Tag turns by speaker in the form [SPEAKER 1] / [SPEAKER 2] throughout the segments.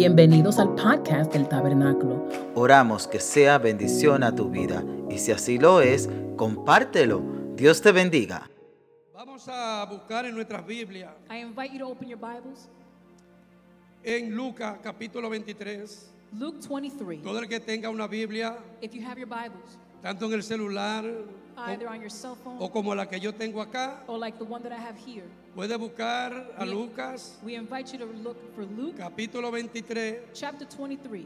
[SPEAKER 1] Bienvenidos al podcast del Tabernáculo.
[SPEAKER 2] Oramos que sea bendición a tu vida y si así lo es, compártelo. Dios te bendiga.
[SPEAKER 3] Vamos a buscar en nuestras Biblias,
[SPEAKER 4] I invite you to open your Bibles.
[SPEAKER 3] en Lucas capítulo 23.
[SPEAKER 4] Luke 23.
[SPEAKER 3] Todo el que tenga una Biblia,
[SPEAKER 4] If you have your Bibles,
[SPEAKER 3] tanto en el celular
[SPEAKER 4] either on your cell phone
[SPEAKER 3] o como la que yo tengo acá,
[SPEAKER 4] or like the one that I have here,
[SPEAKER 3] puede buscar a Lucas
[SPEAKER 4] we invite you to look for Luke
[SPEAKER 3] capítulo 23.
[SPEAKER 4] chapter 23.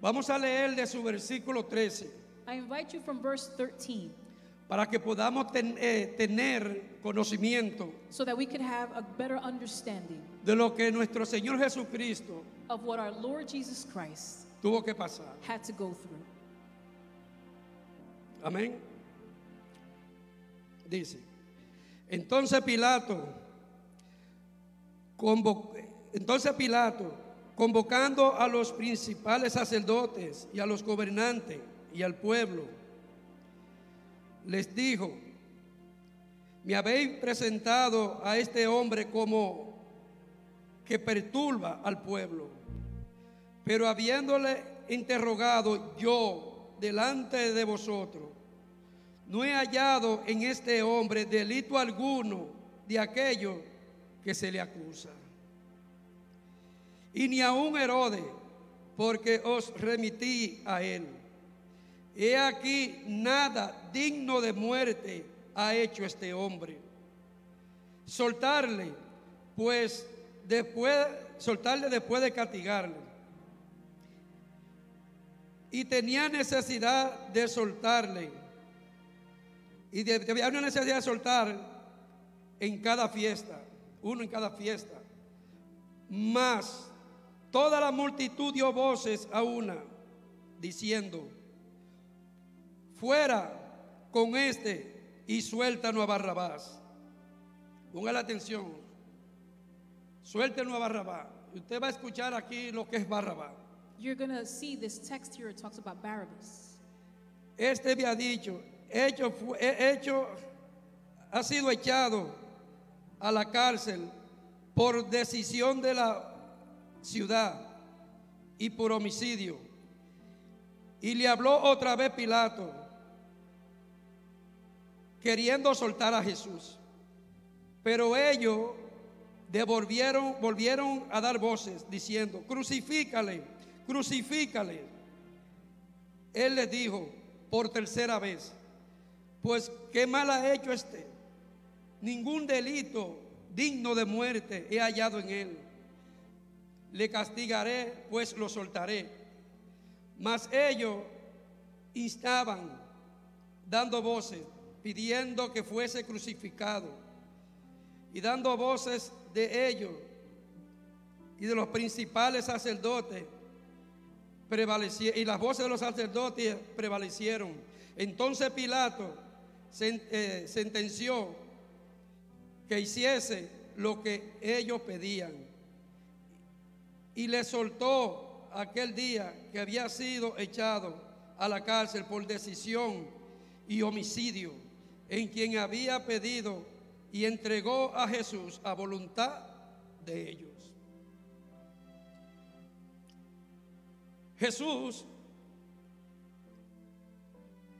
[SPEAKER 3] Vamos a leer de su versículo 13
[SPEAKER 4] I invite you from verse 13
[SPEAKER 3] para que podamos ten- eh, tener conocimiento
[SPEAKER 4] so that we can have a better understanding
[SPEAKER 3] de lo que nuestro Señor Jesucristo
[SPEAKER 4] of what our Lord Jesus Christ
[SPEAKER 3] tuvo que pasar.
[SPEAKER 4] had to go through.
[SPEAKER 3] Amén. Dice. Entonces Pilato convo- entonces Pilato convocando a los principales sacerdotes y a los gobernantes y al pueblo les dijo me habéis presentado a este hombre como que perturba al pueblo pero habiéndole interrogado yo delante de vosotros, no he hallado en este hombre delito alguno de aquello que se le acusa. Y ni aun Herodes, porque os remití a él. He aquí nada digno de muerte ha hecho este hombre soltarle, pues después, soltarle después de castigarle. Y tenía necesidad de soltarle. Y de- de- había una necesidad de soltar en cada fiesta, uno en cada fiesta. Mas toda la multitud dio voces a una, diciendo, fuera con este y suéltanos a Barrabás. Ponga la atención. Suéltenos a Barrabás. Usted va a escuchar aquí lo que es Barrabás.
[SPEAKER 4] You're going to see this text here, it talks about Barabbas.
[SPEAKER 3] Este había dicho, hecho, fu- he- hecho, ha sido echado a la cárcel por decisión de la ciudad y por homicidio. Y le habló otra vez Pilato, queriendo soltar a Jesús. Pero ellos devolvieron, volvieron a dar voces diciendo, crucifícale, crucifícale. Él les dijo por tercera vez, pues qué mal ha hecho este. Ningún delito digno de muerte he hallado en él. Le castigaré, pues lo soltaré. Mas ellos instaban, dando voces, pidiendo que fuese crucificado. Y dando voces de ellos y de los principales sacerdotes prevaleci- y las voces de los sacerdotes prevalecieron. Entonces Pilato sen- eh, sentenció que hiciese lo que ellos pedían y le soltó aquel día que había sido echado a la cárcel por decisión y homicidio en quien había pedido y entregó a Jesús a voluntad de ellos. Jesús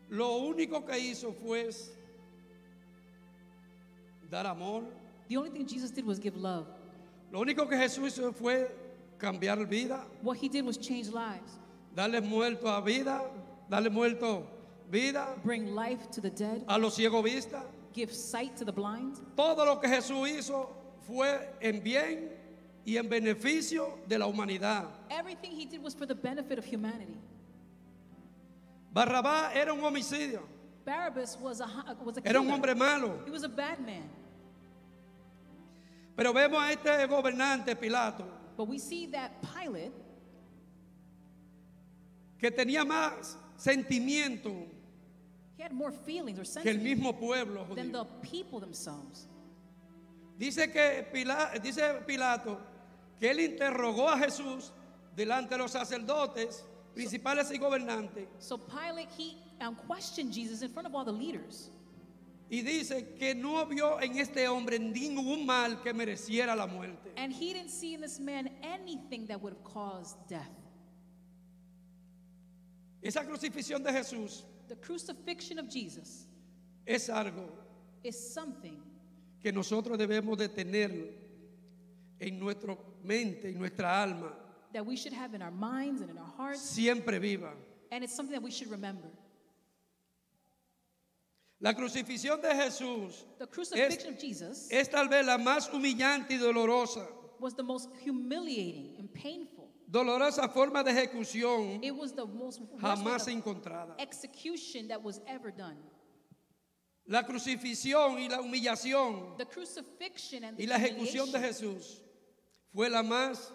[SPEAKER 3] lo único que hizo fue dar amor.
[SPEAKER 4] The only thing Jesus did was give love.
[SPEAKER 3] Lo único que Jesús hizo fue cambiar vida,
[SPEAKER 4] What he did was change lives,
[SPEAKER 3] darle muerto a vida, darle muerto vida
[SPEAKER 4] bring life to the dead,
[SPEAKER 3] a los ciegos vista.
[SPEAKER 4] give sight to the blind.
[SPEAKER 3] Todo lo que Jesús hizo fue en bien y en beneficio de la humanidad.
[SPEAKER 4] Everything he did was for the benefit of humanity.
[SPEAKER 3] Barrabás era un homicidio,
[SPEAKER 4] Barabbas was a ho- was a
[SPEAKER 3] era un
[SPEAKER 4] killer.
[SPEAKER 3] hombre malo.
[SPEAKER 4] He was a bad man.
[SPEAKER 3] Pero vemos a este gobernante Pilato
[SPEAKER 4] But we see that Pilate
[SPEAKER 3] que tenía más sentimiento
[SPEAKER 4] he had more feelings or
[SPEAKER 3] que el
[SPEAKER 4] sentiments
[SPEAKER 3] mismo pueblo
[SPEAKER 4] than
[SPEAKER 3] judío.
[SPEAKER 4] the people themselves.
[SPEAKER 3] Dice que Pila- dice Pilato que él interrogó a Jesús delante de los sacerdotes, principales y gobernantes,
[SPEAKER 4] So Pilate he um, questioned Jesus in front of all the leaders,
[SPEAKER 3] Y dice que no vio en este hombre ningún mal que mereciera la muerte.
[SPEAKER 4] And he didn't see in this man anything that would have caused death.
[SPEAKER 3] Esa crucifixión de Jesús
[SPEAKER 4] The crucifixion of Jesus
[SPEAKER 3] es algo
[SPEAKER 4] is something
[SPEAKER 3] que nosotros debemos de tener en nuestra mente y nuestra alma
[SPEAKER 4] that we should have in our minds and in our hearts,
[SPEAKER 3] siempre viva.
[SPEAKER 4] and it's something that we should remember.
[SPEAKER 3] La crucifixión de Jesús
[SPEAKER 4] The crucifixion of Jesus
[SPEAKER 3] es tal vez la más humillante y dolorosa,
[SPEAKER 4] was the most humiliating and painful.
[SPEAKER 3] dolorosa forma de ejecución
[SPEAKER 4] It was the most
[SPEAKER 3] jamás
[SPEAKER 4] worst
[SPEAKER 3] encontrada.
[SPEAKER 4] execution that was ever done.
[SPEAKER 3] La crucifixión y la humillación
[SPEAKER 4] The crucifixion and the
[SPEAKER 3] y la ejecución de
[SPEAKER 4] humiliation
[SPEAKER 3] Jesús fue la más,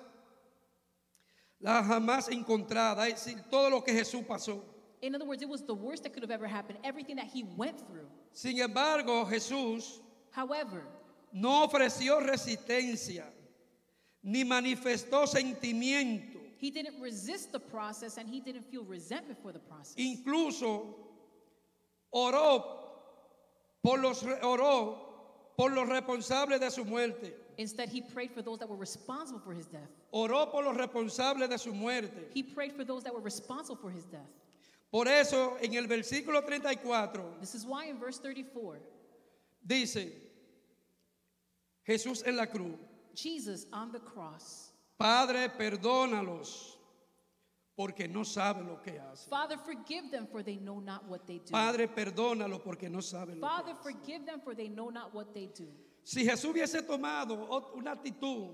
[SPEAKER 3] la jamás encontrada, es decir, todo lo que Jesús pasó.
[SPEAKER 4] In other words, it was the worst that could have ever happened, everything that he went through.
[SPEAKER 3] Sin embargo, Jesús
[SPEAKER 4] However,
[SPEAKER 3] no ofreció resistencia, ni manifestó sentimiento.
[SPEAKER 4] he didn't resist the process and he didn't feel resentment for the process.
[SPEAKER 3] Incluso oró por los, oró por los responsables de su muerte.
[SPEAKER 4] Instead, he prayed for those that were responsible for his death.
[SPEAKER 3] Oró por los responsables de su muerte.
[SPEAKER 4] He prayed for those that were responsible for his death.
[SPEAKER 3] Por eso, en el versículo 34
[SPEAKER 4] This is why in verse 34,
[SPEAKER 3] dice, Jesús en la cruz,
[SPEAKER 4] Jesus on the cross,
[SPEAKER 3] Padre, perdónalos, porque no saben lo que hacen.
[SPEAKER 4] Father, forgive them for they know not what they do.
[SPEAKER 3] Padre, perdónalo porque no saben lo que
[SPEAKER 4] Father,
[SPEAKER 3] hacen.
[SPEAKER 4] forgive them for they know not what they do.
[SPEAKER 3] Si Jesús hubiese tomado ot- una actitud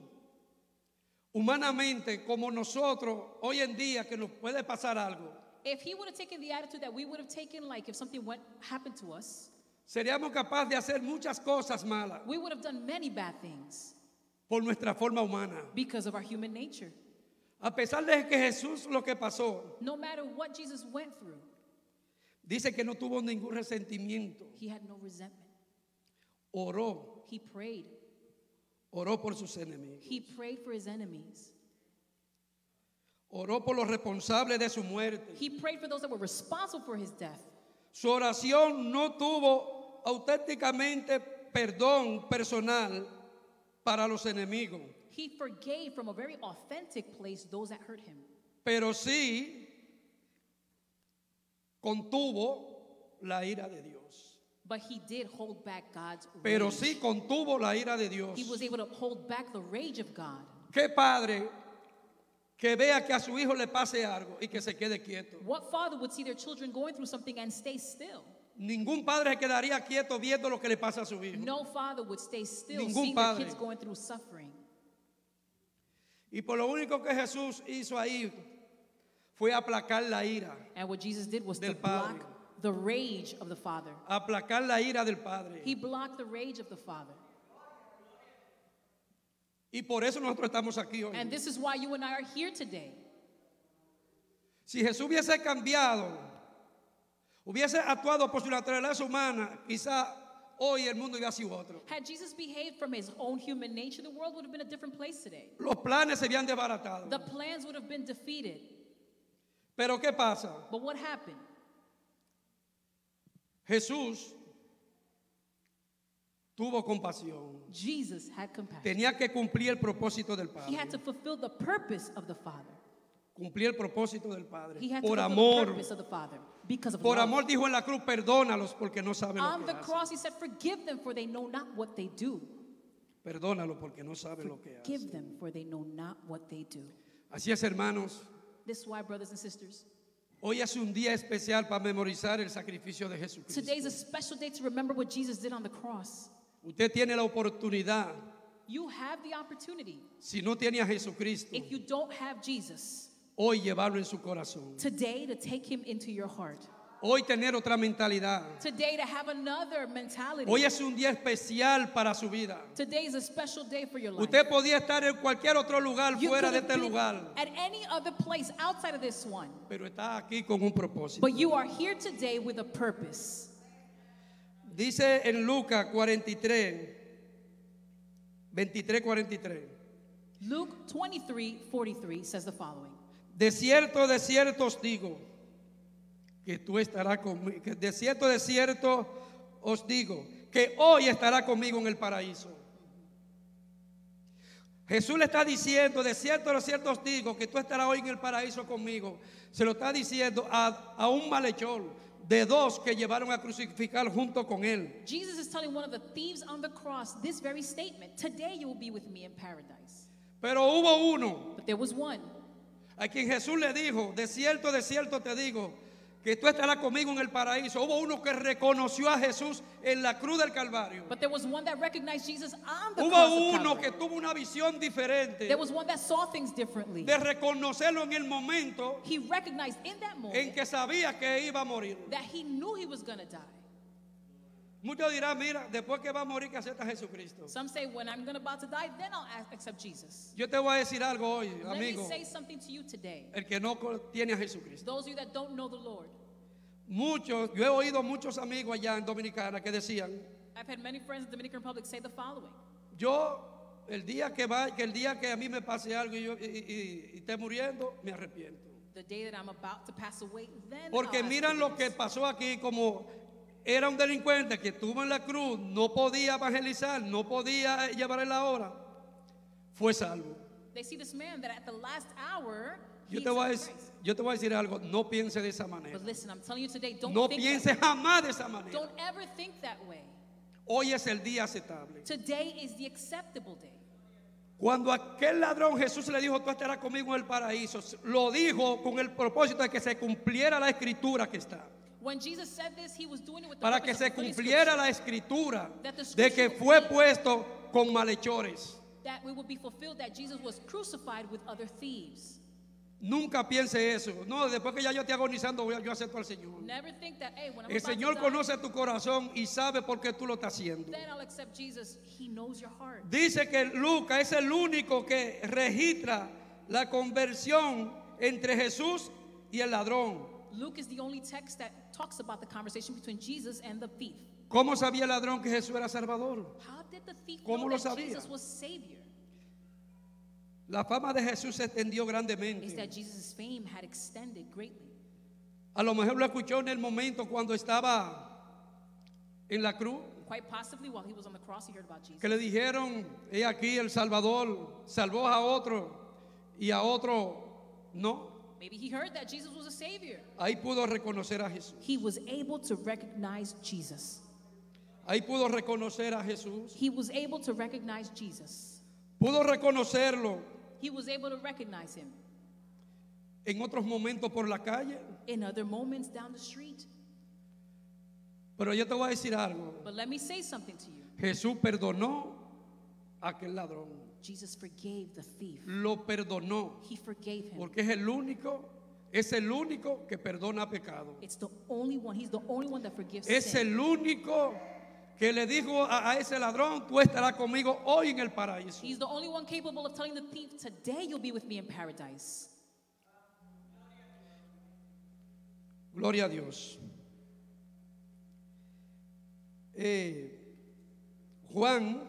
[SPEAKER 3] humanamente como nosotros hoy en día que nos puede pasar algo,
[SPEAKER 4] If he would have taken the attitude that we would have taken, like if something went, happened to us,
[SPEAKER 3] seríamos capaces de hacer muchas cosas malas
[SPEAKER 4] we would have done many bad things
[SPEAKER 3] por nuestra forma humana.
[SPEAKER 4] because of our human nature.
[SPEAKER 3] A pesar de que Jesús lo que pasó,
[SPEAKER 4] No matter what Jesus went through,
[SPEAKER 3] dice que no tuvo ningún resentimiento.
[SPEAKER 4] he had no resentment.
[SPEAKER 3] Oró,
[SPEAKER 4] He prayed.
[SPEAKER 3] oró por sus enemigos,
[SPEAKER 4] He prayed for his enemies.
[SPEAKER 3] oró por los responsables de su muerte.
[SPEAKER 4] He prayed for those that were responsible for his death.
[SPEAKER 3] Su oración no tuvo auténticamente perdón personal para los enemigos.
[SPEAKER 4] He forgave from a very authentic place those that hurt him,
[SPEAKER 3] pero sí contuvo la ira de Dios.
[SPEAKER 4] but he did hold back God's
[SPEAKER 3] Pero
[SPEAKER 4] rage.
[SPEAKER 3] sí contuvo la ira de Dios.
[SPEAKER 4] He was able to hold back the rage of God.
[SPEAKER 3] ¿Qué padre que vea que a su hijo le pase algo y que se quede quieto?
[SPEAKER 4] What father would see their children going through something and stay still?
[SPEAKER 3] Ningún padre se quedaría quieto viendo lo que le pasa a su hijo.
[SPEAKER 4] No father would stay still
[SPEAKER 3] Ningún
[SPEAKER 4] seeing
[SPEAKER 3] padre.
[SPEAKER 4] their kids going through suffering.
[SPEAKER 3] Y por lo único que Jesús hizo ahí fue aplacar la ira,
[SPEAKER 4] And what Jesus did was
[SPEAKER 3] Del
[SPEAKER 4] to block
[SPEAKER 3] padre.
[SPEAKER 4] the rage of the father.
[SPEAKER 3] aplacar la ira del padre.
[SPEAKER 4] He blocked the rage of the father.
[SPEAKER 3] Y por eso nosotros estamos aquí hoy.
[SPEAKER 4] And this is why you and I are here today.
[SPEAKER 3] Si Jesús hubiese cambiado, hubiese actuado por su naturaleza humana, quizá hoy el mundo hubiera sido otro.
[SPEAKER 4] Had Jesus behaved from his own human nature, the world would have been a different place today.
[SPEAKER 3] Los planes se habían desbaratado.
[SPEAKER 4] The plans would have been defeated.
[SPEAKER 3] Pero ¿qué pasa?
[SPEAKER 4] But what happened?
[SPEAKER 3] Jesús tuvo compasión.
[SPEAKER 4] Jesus had compassion.
[SPEAKER 3] Tenía que cumplir el propósito del
[SPEAKER 4] He had
[SPEAKER 3] Padre.
[SPEAKER 4] to fulfill the purpose of the Father.
[SPEAKER 3] Cumplir el propósito del
[SPEAKER 4] He
[SPEAKER 3] Padre.
[SPEAKER 4] had to fulfill
[SPEAKER 3] Por
[SPEAKER 4] the
[SPEAKER 3] amor.
[SPEAKER 4] purpose of the Father because of
[SPEAKER 3] Por
[SPEAKER 4] love.
[SPEAKER 3] amor dijo en la cruz, perdónalos porque no saben
[SPEAKER 4] On
[SPEAKER 3] lo que
[SPEAKER 4] the
[SPEAKER 3] hacen.
[SPEAKER 4] cross, he said, Forgive them, for they know not what they do.
[SPEAKER 3] Perdónalos porque no saben lo que hacen.
[SPEAKER 4] Give them, for they know not what they do.
[SPEAKER 3] Así es, hermanos.
[SPEAKER 4] This is why, brothers and sisters,
[SPEAKER 3] Hoy es un día especial para memorizar el sacrificio de Jesucristo.
[SPEAKER 4] today's a special day to remember what Jesus did on the cross.
[SPEAKER 3] Usted tiene la oportunidad,
[SPEAKER 4] You have the opportunity,
[SPEAKER 3] si no tiene a Jesucristo,
[SPEAKER 4] if you don't have Jesus,
[SPEAKER 3] hoy llevarlo en su corazón.
[SPEAKER 4] today to take him into your heart.
[SPEAKER 3] Hoy tener otra mentalidad.
[SPEAKER 4] Today to have another mentality.
[SPEAKER 3] Hoy es un día especial para su vida.
[SPEAKER 4] Today is a special day for your life.
[SPEAKER 3] Usted podía estar en cualquier otro lugar
[SPEAKER 4] You
[SPEAKER 3] fuera
[SPEAKER 4] could have
[SPEAKER 3] de este
[SPEAKER 4] been
[SPEAKER 3] lugar,
[SPEAKER 4] At any other place outside of this one.
[SPEAKER 3] pero está aquí con un propósito.
[SPEAKER 4] But you are here today with a purpose.
[SPEAKER 3] Dice en Lucas 43, 23, 43.
[SPEAKER 4] Luke 23 43 says the following
[SPEAKER 3] De cierto, de cierto os digo que tú estarás conmigo. De cierto, de cierto os digo que hoy estará conmigo en el paraíso. Jesús le está diciendo, de cierto, de cierto os digo, que tú estarás hoy en el paraíso conmigo. Se lo está diciendo a, a un malhechor de dos que llevaron a crucificar junto con él.
[SPEAKER 4] Jesus is telling one of the thieves on the cross this very statement Today you will be with me in paradise.
[SPEAKER 3] Pero hubo uno
[SPEAKER 4] But there was one
[SPEAKER 3] a quien Jesús le dijo, de cierto, de cierto te digo, que tú estarás conmigo en el paraíso. Hubo uno que reconoció a Jesús en la cruz del Calvario.
[SPEAKER 4] But there was one that recognized Jesus on the cross.
[SPEAKER 3] Hubo
[SPEAKER 4] of
[SPEAKER 3] uno
[SPEAKER 4] Calvary.
[SPEAKER 3] que tuvo una visión diferente
[SPEAKER 4] There was one that saw things differently.
[SPEAKER 3] de reconocerlo en el momento
[SPEAKER 4] He recognized in that
[SPEAKER 3] en
[SPEAKER 4] moment
[SPEAKER 3] que sabía que iba a morir.
[SPEAKER 4] that he knew he was going to die.
[SPEAKER 3] Muchos dirán, mira, después que va a morir, que acepta a Jesucristo.
[SPEAKER 4] Some say, when I'm going to about to die, then I'll ac- accept Jesus.
[SPEAKER 3] Yo te voy a decir algo hoy,
[SPEAKER 4] Let me
[SPEAKER 3] amigo,
[SPEAKER 4] say something to you today.
[SPEAKER 3] el que no co- tiene a Jesucristo.
[SPEAKER 4] Those of you that don't know the Lord,
[SPEAKER 3] Muchos, yo he oído muchos amigos allá en Dominicana que decían,
[SPEAKER 4] I've had many friends in the Dominican Republic say the following.
[SPEAKER 3] yo el día que va, que el día que a mí me pase algo y, yo, y- y- y esté muriendo, me arrepiento.
[SPEAKER 4] The day that I'm about to pass away, then I'll
[SPEAKER 3] Porque
[SPEAKER 4] ask
[SPEAKER 3] miran lo que
[SPEAKER 4] forgiveness."
[SPEAKER 3] pasó aquí como era un delincuente que estuvo en la cruz, no podía evangelizar, no podía eh, llevar la hora, fue salvo.
[SPEAKER 4] They see this man that at the last hour,
[SPEAKER 3] Yo
[SPEAKER 4] he
[SPEAKER 3] te, voy a,
[SPEAKER 4] accepted
[SPEAKER 3] dec-
[SPEAKER 4] Christ.
[SPEAKER 3] yo te voy a decir algo, no piense de esa manera.
[SPEAKER 4] But listen, I'm telling you today, Pues, don't
[SPEAKER 3] No
[SPEAKER 4] think
[SPEAKER 3] piense
[SPEAKER 4] that way.
[SPEAKER 3] jamás de esa manera.
[SPEAKER 4] Don't ever think that way.
[SPEAKER 3] Hoy es el día aceptable.
[SPEAKER 4] Today is the acceptable day.
[SPEAKER 3] Cuando aquel ladrón Jesús le dijo, tú estarás conmigo en el paraíso, lo dijo con el propósito de que se cumpliera la escritura que está.
[SPEAKER 4] When Jesus said this, he was doing it with the
[SPEAKER 3] Para que
[SPEAKER 4] purpose
[SPEAKER 3] se
[SPEAKER 4] of fulfilling
[SPEAKER 3] cumpliera
[SPEAKER 4] scripture,
[SPEAKER 3] la escritura
[SPEAKER 4] That the
[SPEAKER 3] de que
[SPEAKER 4] scripture
[SPEAKER 3] fue
[SPEAKER 4] was fulfilled.
[SPEAKER 3] puesto con malhechores.
[SPEAKER 4] that it would be fulfilled that Jesus was crucified with other thieves.
[SPEAKER 3] Nunca piense eso. No, después que ya yo esté agonizando, voy a- yo acepto al Señor.
[SPEAKER 4] Never think that, hey, when I'm
[SPEAKER 3] El
[SPEAKER 4] about
[SPEAKER 3] Señor
[SPEAKER 4] to die,
[SPEAKER 3] conoce tu corazón y sabe por qué tú lo estás haciendo.
[SPEAKER 4] then I'll accept Jesus. He knows your heart.
[SPEAKER 3] Dice que Lucas es el único que registra la conversión entre Jesús y el ladrón.
[SPEAKER 4] Luke is the only text that talks about the conversation between Jesus and the thief.
[SPEAKER 3] ¿Cómo sabía el ladrón que Jesús era Salvador?
[SPEAKER 4] How did the thief
[SPEAKER 3] ¿Cómo
[SPEAKER 4] know
[SPEAKER 3] lo
[SPEAKER 4] that
[SPEAKER 3] sabía?
[SPEAKER 4] Jesus was Savior?
[SPEAKER 3] La fama de Jesús se extendió
[SPEAKER 4] Is
[SPEAKER 3] grandemente.
[SPEAKER 4] that Jesus' fame had extended greatly.
[SPEAKER 3] A lo mejor lo escuchó en el momento cuando estaba en la cruz,
[SPEAKER 4] Quite possibly, while he was on the cross, he heard about Jesus.
[SPEAKER 3] que le dijeron, he aquí el Salvador, salvó a otro y a otro no.
[SPEAKER 4] Maybe he heard that Jesus was a Savior.
[SPEAKER 3] Ahí pudo reconocer a Jesús.
[SPEAKER 4] He was able to recognize Jesus.
[SPEAKER 3] Ahí pudo reconocer a Jesús.
[SPEAKER 4] He was able to recognize Jesus.
[SPEAKER 3] Pudo reconocerlo
[SPEAKER 4] He was able to recognize him.
[SPEAKER 3] en otros momentos por la calle.
[SPEAKER 4] In other moments down the street.
[SPEAKER 3] Pero yo te voy a decir algo.
[SPEAKER 4] But let me say something to you
[SPEAKER 3] Jesús perdonó a aquel ladrón.
[SPEAKER 4] Jesus forgave the thief,
[SPEAKER 3] Lo perdonó.
[SPEAKER 4] he forgave him.
[SPEAKER 3] Porque es el único, es el único que perdona pecado.
[SPEAKER 4] It's the only one, he's the only one that forgives
[SPEAKER 3] Es
[SPEAKER 4] sin.
[SPEAKER 3] el único que le dijo a, a ese ladrón, tú estarás conmigo hoy en el paraíso.
[SPEAKER 4] He's the only one capable of telling the thief, Today you'll be with me in paradise.
[SPEAKER 3] Gloria a Dios. Eh, Juan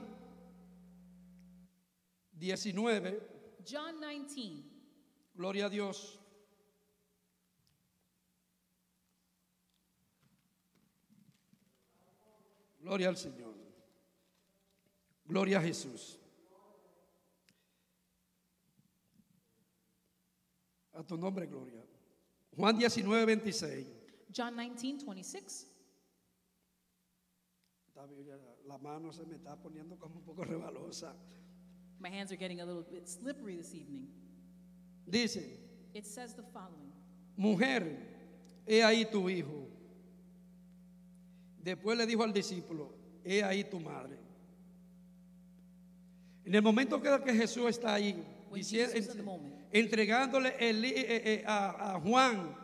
[SPEAKER 3] 19,
[SPEAKER 4] John 19,
[SPEAKER 3] gloria a Dios. Gloria al Señor. Gloria a Jesús. A tu nombre, gloria. Juan 19, 26.
[SPEAKER 4] John 19, 26.
[SPEAKER 3] Esta Biblia, La mano se me está poniendo como un poco rebalosa.
[SPEAKER 4] My hands are getting a little bit slippery this evening.
[SPEAKER 3] Dice,
[SPEAKER 4] It says the following
[SPEAKER 3] mujer, he ahí tu hijo. Después le dijo al discípulo, he ahí tu madre. En el momento que, que Jesús está ahí,
[SPEAKER 4] When
[SPEAKER 3] dicie-
[SPEAKER 4] Jesus was in the moment.
[SPEAKER 3] entregándole el- eh, eh, a, a Juan,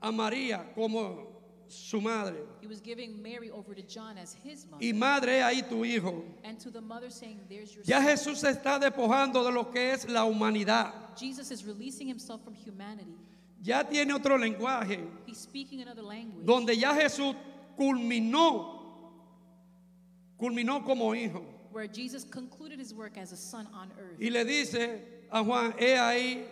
[SPEAKER 3] a María como su madre.
[SPEAKER 4] He was giving Mary over to John as his mother,
[SPEAKER 3] Y madre, he ahí tu hijo.
[SPEAKER 4] and to the mother saying, There's your
[SPEAKER 3] Ya
[SPEAKER 4] son.
[SPEAKER 3] Jesús se está despojando de lo que es la humanidad.
[SPEAKER 4] Jesus is releasing himself from humanity.
[SPEAKER 3] ya tiene otro lenguaje,
[SPEAKER 4] He's speaking another language
[SPEAKER 3] donde ya Jesús culminó, culminó como hijo.
[SPEAKER 4] where Jesus concluded his work as a son on earth.
[SPEAKER 3] Y le dice a Juan, he ahí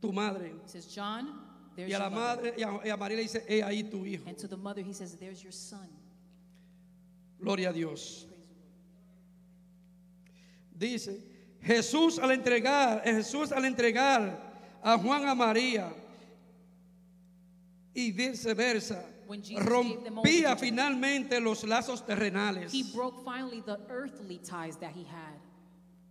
[SPEAKER 3] tu madre.
[SPEAKER 4] He says, John, there's
[SPEAKER 3] Y a
[SPEAKER 4] your
[SPEAKER 3] la
[SPEAKER 4] mother.
[SPEAKER 3] madre, y a, y a María le dice, he ahí tu hijo.
[SPEAKER 4] And to the mother, he says, There's your son.
[SPEAKER 3] Gloria a Dios. Dice, Jesús al entregar, Jesús al entregar a Juan a María y viceversa,
[SPEAKER 4] When Jesus gave them over to
[SPEAKER 3] rompía
[SPEAKER 4] them.
[SPEAKER 3] finalmente los lazos terrenales.
[SPEAKER 4] He broke finally the earthly ties that he had.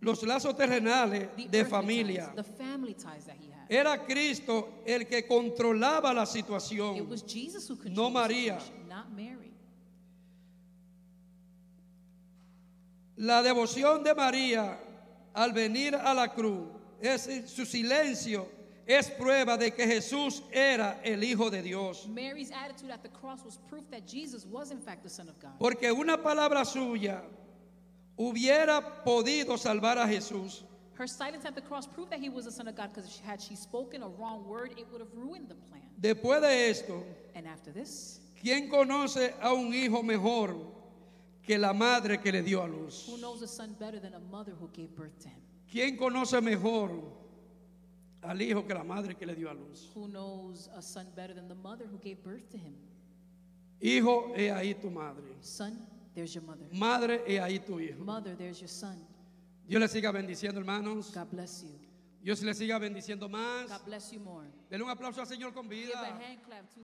[SPEAKER 3] Los lazos terrenales
[SPEAKER 4] The
[SPEAKER 3] de
[SPEAKER 4] earthly
[SPEAKER 3] familia.
[SPEAKER 4] ties, the family ties that he had.
[SPEAKER 3] Era Cristo el que controlaba la
[SPEAKER 4] It
[SPEAKER 3] situación.
[SPEAKER 4] was Jesus who could
[SPEAKER 3] No María.
[SPEAKER 4] not Mary.
[SPEAKER 3] La devoción de María al venir a la cruz, es, su silencio es prueba de que Jesús era el Hijo de Dios.
[SPEAKER 4] Mary's attitude at the cross was proof that Jesus was in fact the Son of God.
[SPEAKER 3] Porque una palabra suya hubiera podido salvar a Jesús.
[SPEAKER 4] Her silence at the cross proved that he was the Son of God because had she spoken a wrong word, it would have ruined the plan.
[SPEAKER 3] Después de esto,
[SPEAKER 4] And after this,
[SPEAKER 3] ¿quién conoce a un hijo mejor que la madre que le dio a
[SPEAKER 4] who
[SPEAKER 3] luz?
[SPEAKER 4] knows a son better than a mother who gave birth to him?
[SPEAKER 3] ¿Quién conoce mejor al hijo que la madre que le dio a luz?
[SPEAKER 4] Who knows a son better than the mother who gave birth to him?
[SPEAKER 3] Hijo, he ahí tu madre.
[SPEAKER 4] Son, there's your mother.
[SPEAKER 3] Madre, he ahí tu hijo.
[SPEAKER 4] Mother, there's your son.
[SPEAKER 3] Dios le siga bendiciendo, hermanos.
[SPEAKER 4] God bless you.
[SPEAKER 3] Dios le siga bendiciendo más.
[SPEAKER 4] God bless you more.
[SPEAKER 3] Denle un aplauso al Señor con
[SPEAKER 4] Give a
[SPEAKER 3] vida.
[SPEAKER 4] hand clap to